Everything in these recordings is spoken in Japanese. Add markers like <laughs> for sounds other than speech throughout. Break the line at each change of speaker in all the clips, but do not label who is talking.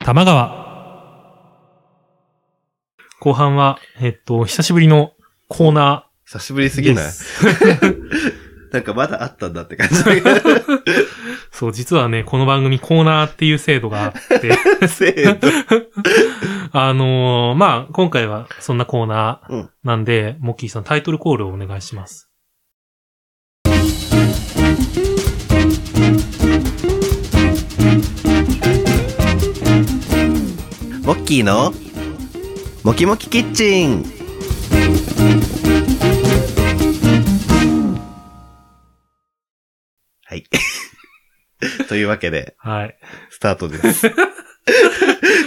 玉川。後半は、えっと、久しぶりのコーナ
久しぶりす
ー
ぎ
で
ない
す。 <laughs>
なんかまだあったんだって <laughs> 感じ。
そう、実はね、この番組コーナーっていう制度があ
<laughs>
って、
せーの。
あのーまあ、今回はそんなコーナ
うん
ーなんで、モッキーさんタイトルコールをお願いします。
モッキーの、モキモキキッチン。はい。 <laughs> というわけで、
はい。
スタート <laughs> です。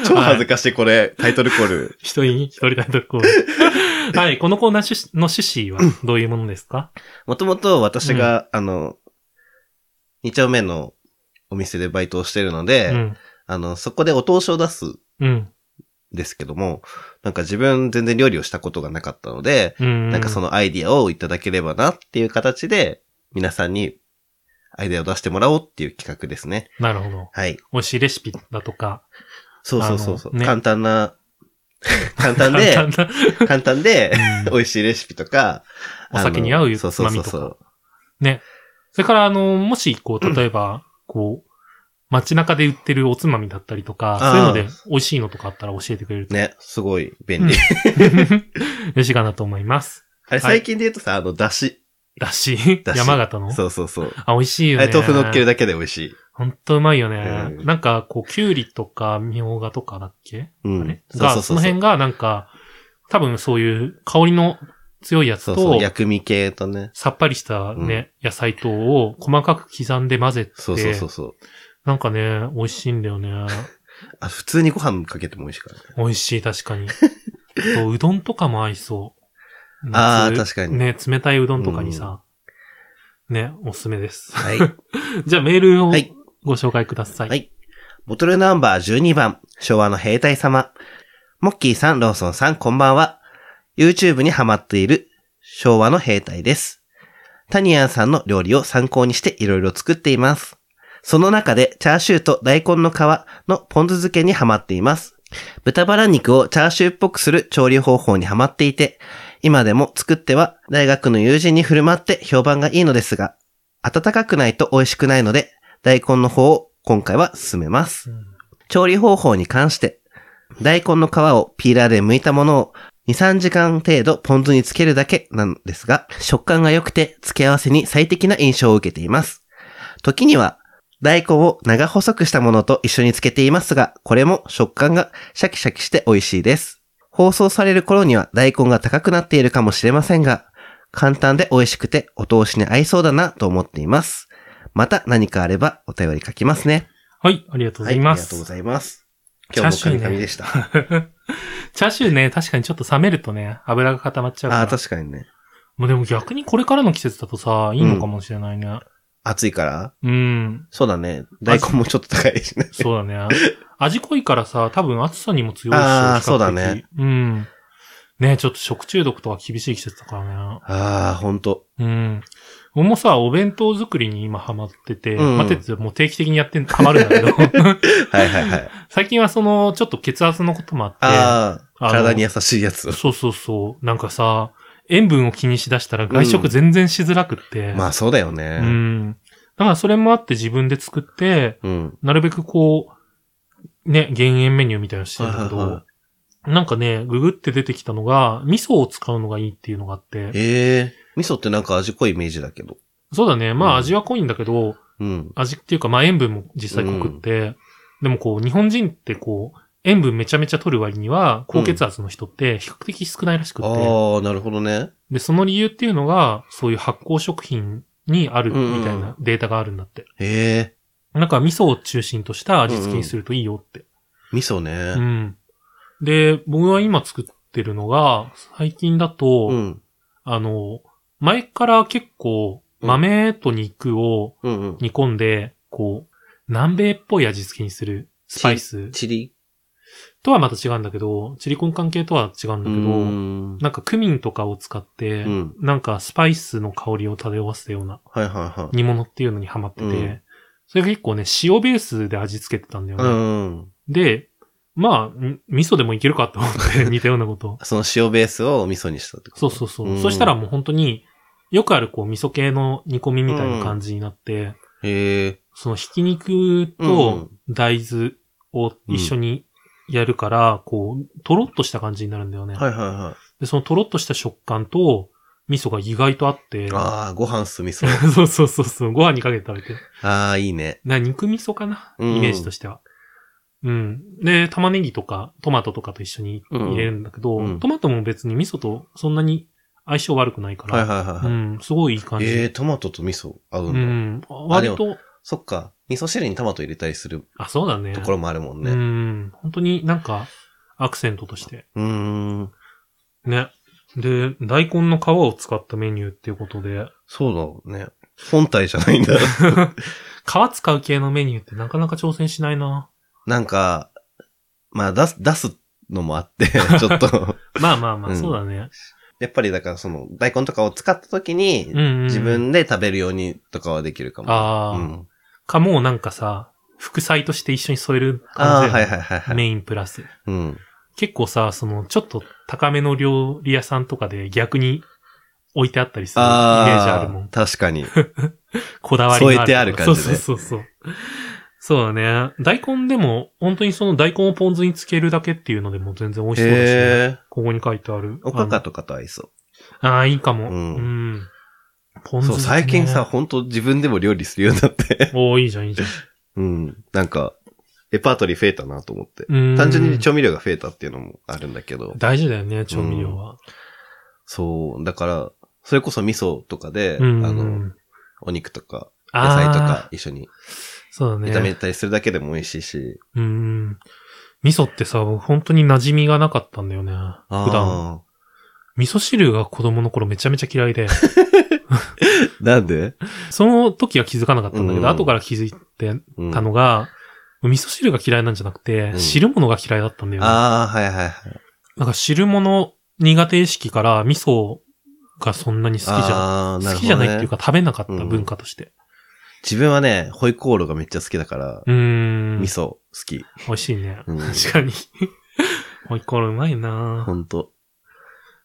超恥ずかしい、これ、タイトルコール。
一人に一人タイトルコ
<laughs>
ール。はい、このコーナー趣旨の趣旨はどういうものですか
もともと私が、あの、二丁目のお店でバイトをしてるの
う
で、
ん。
あの、そこでお通しを出すん
うん。
ですけども、なんか自分全然料理をしたことがなかったので、
うん。
なんかそのアイディアをいただければなっていう形で、皆さんにアイディアを出してもらおうっていう企画ですね。
なるほど。
はい。
美味しいレシピだとか。
そうそうそうそう、
あのね
簡単
<laughs>
な、簡単で、
簡単
簡単で、
なうん
美味しいレシピとか、
お酒に合う
そうそうそう
つまみと
そう。
ね。それから、あの、もし、こう、例えば、こう、街中で売ってるおつまみだったりとか、
あー
そういうので美味しいのとかあったら教えてくれ <laughs> ると。
ね、すごい便利。
よしかなと思います。
あれ最近で言うとさ、あの、だし。
だし、
だし
山形の
そうそうそう。
あ、美味しいよ
あ
ね。
れ豆腐乗っけるだけで美味しい。
ほんとうまいよね。
うん
なんか、こう、きゅうりとか、みょうがとかだっけ
う
あれ
ん。そう
が、
そう
そ
そう
の
そう。
辺が、なんか、多分そういう香りの強いや
そ
つ
うそう。
と、
薬味系とね。
さっぱりしたね、野菜等を細かく刻んで混ぜて、
そうそうそうそう。
なんかね、美味しいんだよね。
あ、普通にご飯かけても美味しいからね。
美味しい、確かに。あ
<laughs>
とうどんとかも合いそう。
あー
夏
確かに
ね、冷たいうどんとかにさ。ね、おすすめです。 <laughs>
はい。
じゃあメールを
はい
ご紹介ください。
はいボトルナンバー12番、昭和の兵隊様。モッキーさん、ローソンさん、こんばんは。YouTube にハマっている昭和の兵隊です。タニアンさんの料理を参考にしていろいろ作っています。その中で、チャーシューと大根の皮のポン酢漬けにハマっています。豚バラ肉をチャーシューっぽくする調理方法にハマっていて、今でも作っては大学の友人に振る舞って評判がいいのですが、暖かくないと美味しくないので、大根の方を今回は進めます。
うん
調理方法に関して、大根の皮をピーラーで剥いたものを2、3時間程度ポン酢につけるだけなんですが、食感が良くて付け合わせに最適な印象を受けています。時には、大根を長細くしたものと一緒につけていますが、これも食感がシャキシャキして美味しいです。放送される頃には大根が高くなっているかもしれませんが、簡単で美味しくてお通しに合いそうだなと思っています。また何かあればお便り書きますね。
はい、ありがとうございま
はい、ありがとうご
す。
ざいます。
チャ
今
ー
日
シュー
も
ね
神々でした。
<laughs> チャーシューね、確かにちょっと冷めるとね、油が固まっちゃうから。
ああ、確かにね。
もうでも逆にこれからの季節だとさ、いいのかもしれないね。
暑いから
うん、
そうだね。大根もちょっと高いしね。
そうだ
<laughs>
ね。味濃いからさ、多分暑さにも強いし。
あー
比較的
そうだね。
うん。ねちょっと食中毒とか厳しい季節だからね。
ああ、ほんと。
うん。俺もさ、お弁当作りに今ハマってて、
うん
まあてつもう定期的にやってん <laughs> ハマるんだけど、
<laughs> はいはい
<laughs>
はい。
最近はその、ちょっと血圧のこともあって、
あ
あ
あ、
の
体に優しいやつ。
そうそうそう、なんかさ、塩分を気にしだしたら外食全然しづらくって、
まあそうだよ
う
ね。
ん。だからそれもあって自分で作って、
うん。
なるべくこう、ね、減塩メニューみたいなのしてるんだけ
はいはいは
ど、なんかね、ググって出てきたのが、味噌を使うのがいいっていうのがあって、
ええ味噌ってなんか味濃いイメージだけど。
そうだね、
う
ま
ん
あ味は濃いんだけど、
うん。
味っていうか、まあ塩分も実際濃くって、でもこう、日本人ってこう、塩分めちゃめちゃ取る割には、高血圧の人って比較的少ないらしくて、
ああ、なるほどね。
で、その理由っていうのが、そういう発酵食品にある
うんうん
みたいなデータがあるんだって。
ええ
なんか味噌を中心とした味付けにするといいよって。
味噌
うん、
ね。
で、僕は今作ってるのが、最近だと、
うん。
あの、前から結構、豆と肉を
うんうん。
煮込んで、こう、南米っぽい味付けにするスパイス
チリ
とはまた違うんだけど、チリコン関係とは違うん
う
だ
ー
けど、
ん。
なんかクミンとかを使って、
うん。
なんかスパイスの香りを漂わせたような
はいはいはい。
煮物っていうのにハマってて、
うん
それが結構ね、塩ベースで味付けてたんだよ
う
ね。
ん。
で、まあ、ん味噌でもいけるかと思
<laughs>
って似たようなこと。
その塩ベースをお味噌にしたってこと
そうそうそう。
うん
そしたらもう本当に、よくあるこう味噌系の煮込みみたいな感じになって、
へえ。
そのひき肉と大豆を一緒にやるから、こう、とろっとした感じになるんだよね。
はいはいはい。
で、そのとろっとした食感と味噌が意外とあって、
ああ、ご飯す味噌。
<laughs> そうそうそうそう、ご飯にかけて食べて。
ああ、いいね。
な、肉味噌かなイ
うん
メージとしては。うん。で、玉ねぎとか、トマトとかと一緒に入れるんだけど、
うんうん
トマトも別に味噌とそんなに相性悪くないから、
はいはいはいは
う
い。
ん、すごいいい感じ。
ええ、トマトと味噌合う
うんん。
だ。あ
割
でも
と、
そっか。味噌汁にトマト入れたりする
あ、そうだね。
ところもあるもん
う
ね。
ん。本当になんか、アクセントとして。
うーん。
ね。で、大根の皮を使ったメニューっていうこと
<laughs>
で、
そうだね。本体じゃない
<laughs>
んだ。
皮使う系のメニューってなかなか挑戦しないな。
なんか、まあ出す、出すのもあ
<laughs>
って、ちょっと、
まあまあま
う
あ、
ん
そうだね。
やっぱりだからその大根とかを使った時に
うん、うんうん。
自分で食べるようにとかはできるかも。
ああ
うん、
かもうなんかさ、副菜として一緒に添える
あ
感じ
あ、
だ
はい
よ
はいはいは
メ
い。
インプラス。
うん。
結構さ、その、ちょっと高めの料理屋さんとかで逆に置いてあったりするイメージあるも
ああ
ん、。
確かに。
こだわりがある。
添えてある感じ
そう
ね
そうそうそう。そうだね。大根でも、本当にその大根をポン酢につけるだけっていうのでも全然美味しそうだし、ね。
へえ。
ここに書いてある。
おかかとかと合いそ
あのあー、いいかも。う。
うんん
ポン
う。
酢、
そう、最近さ、。ほんと自分でも料理するようになって。
おーいいじゃん、いいじゃん。
うん。なんか、レパートリー増えたなと思って。
うん
単純に調味料が増えたっていうのもあるんだけど。
大事だよね、調味料は。
そう。だから、それこそ味噌とかで、あ
うん。
の、お肉とか、野
あー
菜とか一緒に
そうだね。
炒めたりするだけでも美味しいし。
うん。味噌ってさ、本当に馴染みがなかったんだよね。
あー
普段。。味噌汁が子供の頃めちゃめちゃ嫌いで、
なんで
その時は気づかなかったんだけど、
うん
後から気づいて
うん
たのが、味噌汁が嫌いなんじゃなくて、
うん
汁物が嫌いだったんだよね。
ああ、はいはいはい。
なんか汁物苦手意識から味噌がそんなに好きじゃ
あ
ん。
ーな
好
る
き
ほ
じゃ
ど
ない
ね
っていうか食べなかった
うん
文化として。
自分はね、ホイコーローがめっちゃ好きだから、
うーん。
味。噌好き。
美味しいね。
うん
確かに。 <laughs> もう一個うまいな
ほんと。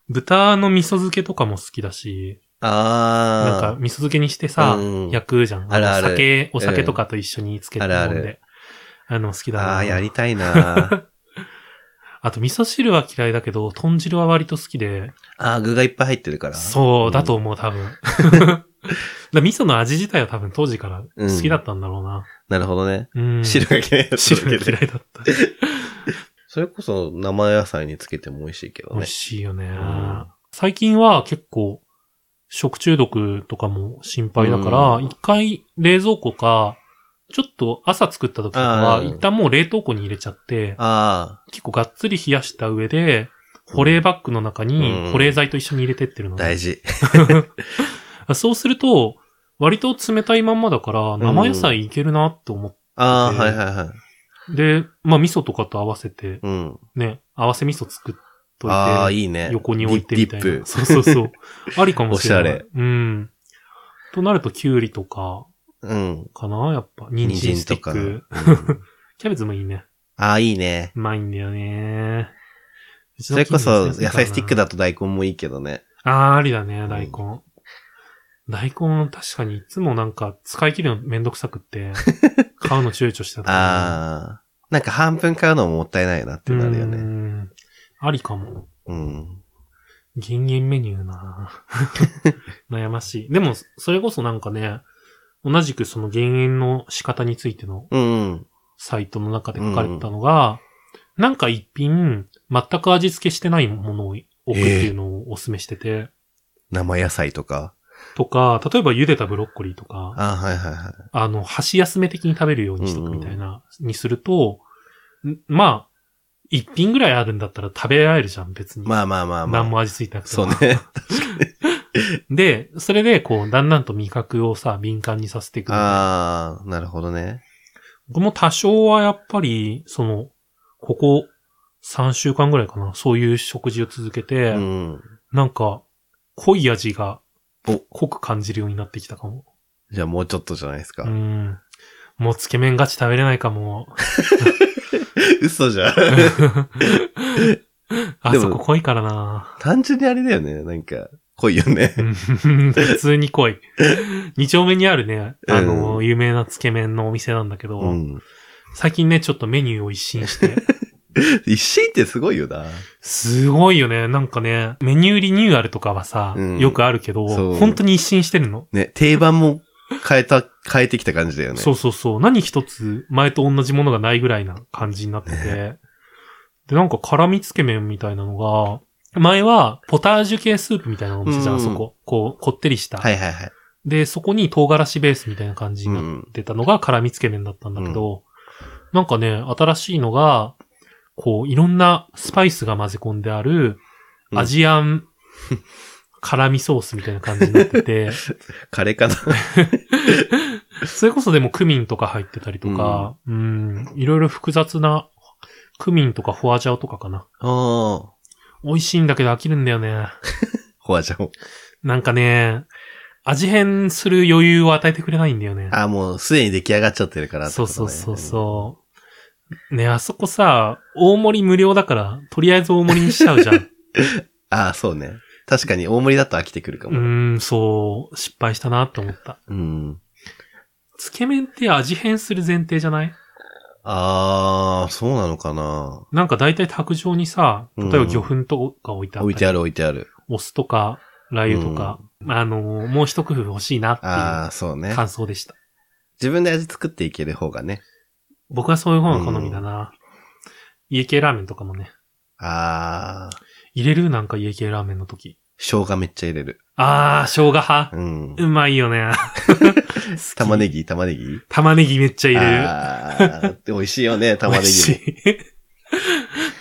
豚の味噌漬けとかも好きだし、
ああ。
なんか味噌漬けにしてさ、
うん
焼くじゃん。
あるある
の酒、お酒とかと一緒につけて飲んで。
うん
あ
あるある
の、好きだ
あ
な
あ、やりたいなー
あと味噌汁は嫌いだけど、豚汁は割と好きで、
ああ、具がいっぱい入ってるから。
そう、だと
ん
思う、多
<laughs>
分。だから味噌の味自体は多分当時から好きだったんだろうな。
なるほどね。
うん。
汁が嫌いだ
汁
汁
が
け
嫌
で。
いだ
<laughs>
った。
それこそ生野菜につけても美味しいけど
美
ね
味。しいよね
ん。
最近は結構、食中毒とかも心配だから、
うん
一回冷蔵庫か、ちょっと朝作った時とか
あ
は、
ー
一旦もう冷凍庫に入れちゃって、
あ
結構がっつり冷やした上で、保冷バッグの中
う
に
ん
保冷剤と一緒に入れてってるの
あ、
ね、
大事。
そうすると、割と冷たいまんまだから、生野菜いけるなって思って、
ああ、はいはいはい。
で、まあ味噌とかと合わせて、
うん。
ね、合わせ味噌作っといて、
ああ、いいね。
横に置いてみたい
ディッ
な。
プ。
そうそう
<laughs>
そう。ありかもしれない。
おしゃれ
うん。となると、キュウリとか、
うん。
かなやっぱ。人
人
参ス
参
テ
と
ィッ
か。
ク。
うん
<laughs> キャベツもいいね。
ああ、いいね。
うまいんだよね。うち
そ
の
れこ
近所
そ
の先生
野菜スティック
か
だと大根もいいけどね。
な。ああ、ありだね、大根。大根、確かにいつもなんか使い切るのめんどくさく
<laughs>
って、買うの躊躇してたからね。
ああ。なんか半分買うのももったいないなってなるよ
う
ね。
ん。ありかも。
うん。
減塩メニューな <laughs> ぁ悩ましい。でも、それこそなんかね、同じくその減塩の仕方についての
うん。
サイトの中で書かれてたのが、なんか一品、全く味付けしてないものを置くっていうのをお勧めしてて、
生野菜とか。
とか、例えば茹でたブロッコリーとか、
ああ、はいはいはい。
あの、箸休め的に食べるようにしとくみたいな、にすると、んまあ、一品ぐらいあるんだったら食べられるじゃん、別に。
まあまあまあまあ。
何も味付いてなくても。
そうね。
で、それで、こう、だんだんと味覚をさ、敏感にさせていくので。
ああ、なるほどね。
僕も多少はやっぱり、その、ここ3週間ぐらいかな、そういう食事を続けて、
うん。
なんか、濃い味が
お、
濃く感じるようになってきたかも。
じゃあもうちょっとじゃないですか。
うん。もうつけ麺ガチ食べれないかも。
<laughs> 嘘じゃん。
あ
でも
そこ濃いからな
単純にあれだよね。なんか、濃いよね。 <laughs>
うん普通に濃い。二丁目にあるね、あの、有名なつけ麺のお店なんだけど、
うん。
最近ね、ちょっとメニューを一新して、
一心ってすごいよな。
すごいよね。なんかね、メニューリニューアルとかはさ、
うん
よくあるけど
そう、
本当に一新してるの。
ね、定番も変えた、変えてきた感じだよね。
そうそうそう。何一つ前と同じものがないぐらいな感じになってて。で、なんか辛味つけ麺みたいなのが、前はポタージュ系スープみたいなお店じゃん、
うん
そこ。こう、こってりした。
はいはいはい。
で、そこに唐辛子ベースみたいな感じ
う
になっ
ん。
てたのが辛味つけ麺だったんだけど、なんかね、新しいのが、こう、いろんなスパイスが混ぜ込んである、
うん
アジアン、辛味ソースみたいな感じになって
<laughs>
て、
カレーかな。
それこそでもクミンとか入ってたりとか、うん、いろいろ複雑な、クミンとかフォアジャオとかかな。
ああ。
美味しいんだけど飽きるんだよね。
フォアジャオ。
なんかね、味変する余裕を与えてくれないんだよね。
ああ、もうすでに出来上がっちゃってるからって
そ
こ
う
とね、
そうそうそう。ね、あそこさ、大盛り無料だから、とりあえず大盛りにしちゃう
<laughs>
じゃん。
ああ、そうね。確かに大盛りだと飽きてくるか
う
も。
ーん、そう、失敗したなって思った。
うん。
つけ麺って味変する前提じゃない
ああ、そうなのかな。
なんか大体卓上にさ、例えば魚粉とか置いてあった
置い
り、
てある置いてある。
お酢とか、ラー油とか、あのーもう一工夫欲しいなっ
ああ、そう
てい
ね
う。感想でした。
自分で味作っていける方がね。
僕はそういう方が好みだな。家系ラーメンとかもね。
ああ、
入れるなんか家系ラーメンの時。
生姜めっちゃ入れる。
あー、生姜派。
うん。
うまいよ
<laughs>
ね。
玉ねぎ、玉ねぎ
玉ねぎめっちゃ入れる。
ああ、美味しいよね、玉
<laughs>
ね
美味し
ぎ。
い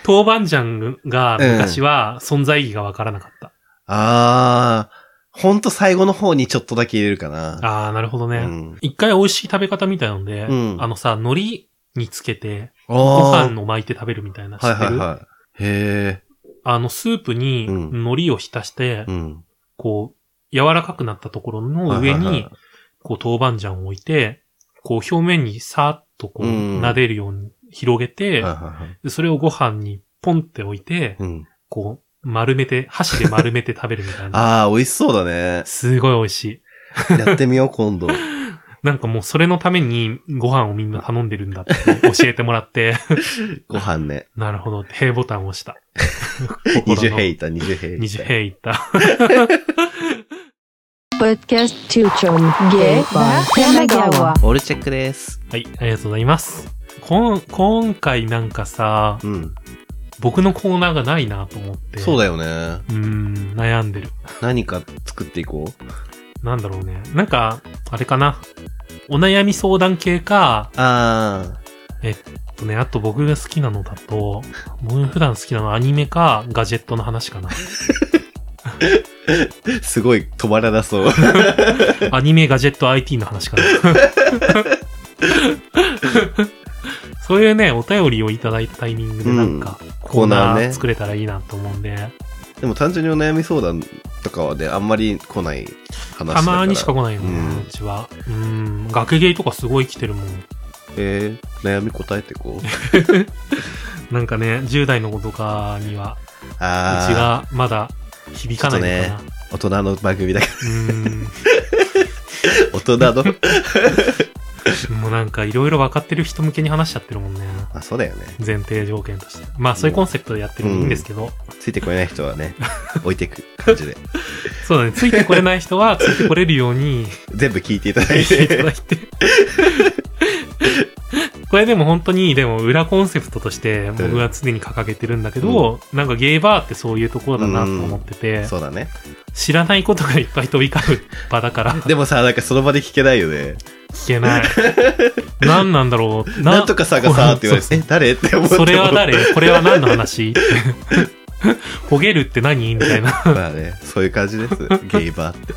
<laughs> 豆板醤が昔は存在意義がわからなかった。
ああ、ほんと最後の方にちょっとだけ入れるかな。
ああ、なるほど
う
ね。
ん。
一、回美味しい食べ方みたいなので、
うん
あのさ、海苔につけて、ご
あ
飯を巻いて食べるみたいな、
あ、
知
は
っ
い
てる、
はいはい。へえ。
あの、スープに
うん
海苔を浸して、
うん。
こう、柔らかくなったところの上
はいはい
に
は、
こう、豆板醤を置いて、こう、表面にさーっとこう、
うん
撫でるように広げて、
はいはいはい。
でそれをご飯にポンって置いて、
うん。
こう、丸めて、箸で丸めて食べるみたいな。。
<laughs> ああ、美味しそうだね
<laughs> すごい美味しい。
やってみよう、今度。
なんかもうそれのためにご飯をみんな頼んでるんだって教えてもらって、 <laughs>
ご飯ね。
なるほど、へボタンを押
<laughs>
した。
二十平
イ。
いた、二十平いた。
二十兵いった。
Podcast Tuchon Gay by Yamagawa.
オールチェックです。
はい、ありがとうございます。こん、今回なんかさ、
うん。
僕のコーナーがないなと思って。
そう
だ。
だよね。
うーん、悩んでる。
何か作っていこう。
なんだろうね。なんか、あれかな。お悩み相談系か、
あ
あとね、あと僕が好きなのだと、僕が普段好きなのはアニメかガジェットの話
<laughs>
かな。
あ、すごい止まらなそう。
アニメガジェット IT の
<laughs>
話かな。そういうね、お便りをいただいたタイミングでなんか、コ
コ
ー
ーナ
ナ
ーね
ー作れたらいいなと思うんで、
でも単純にお悩み相談とかはね、あんまり来ない話だから。
たまにしか来ないよね、
うん
うちは。うん、学芸とかすごい来てるもん。
えー、悩み答え
<laughs>
てこう。
なんかね、10代の子とかには、うち
ああ、
がまだ響かないのかな。
大人の番組だか
う
ら、大人
<laughs>
の。
ん、もうなんかいろいろ分かってる人向けに話しちゃってるもんね。
あ、そうだよね。
前提条件として。まあそういうコンセプトでやってるのいいんですけど、
ついてこれない人はね、置いてく感じで。
そうだね、ついてこれない人
<laughs>
はついてこれるように、
全部聞いていただい
していた
て。
<laughs> だいて。これでも本当に、でも裏コンセプトとして僕は常に掲げてるんだけど、なんかゲイバーってそういうところだなと思ってて、
そうだね。
知らないことがいっぱい飛び交う場だから、
でもさ、なんかその場で聞けないよね。
聞け
<laughs>
ない。何なんだろう。
なんとかさがさ、って言われ
そう
て、え、誰って思っても。
それは誰これは何の話 <laughs> 焦げるって何みたいな。
<laughs> まあね、そういう感じ
<laughs>
です。ゲイバーって。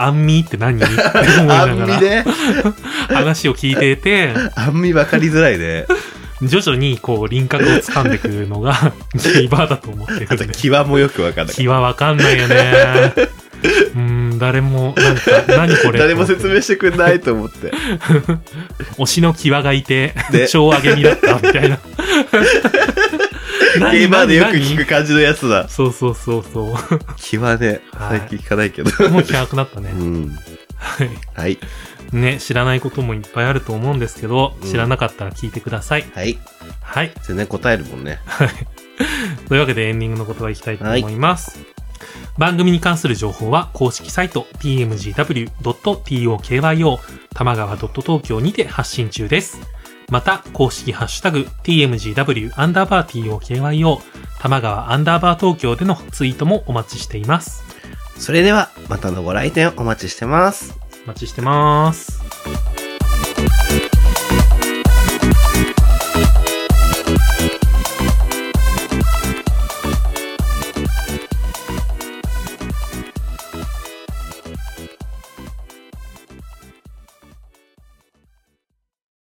あんみって何って思い
あ
なんが
み
ら
ね。
話を聞いてて、
あんみ分かりづら
<laughs>
いね。
徐々にこう輪郭を掴んでく <laughs> るのがゲイバーだと思って
あ
る
と、
んで。
際もよく分かんない。
気はわかんないよね。うん、誰も、なんか、何これ。
誰も説明してくんないと思って。
推しの際がいて
ね、
超上げ身だった、みたいな。
<laughs> ゲーマーでよく聞
何
く感じのやつだ
何。そうそうそうそう。
気はね、
はい
最近聞かないけど。
もう聞かなくなったね
う。ん。
はい。
はい。
ね、知らないこともいっぱいあると思うんですけど
う、ん
知らなかったら聞いてください。
はい。
はい。
全然答えるもんね。
というわけでエンディングの言葉いきたいと思います。番組に関する情報は公式サイト tmgw.tokyo 玉川 .tokyo にて発信中です。また、公式ハッシュタグ tmgw アンダーバー tokyo 玉川アンダーバー東京でのツイートもお待ちしています。
それでは、またのご来店お待ちしてます。
お待ちしてます。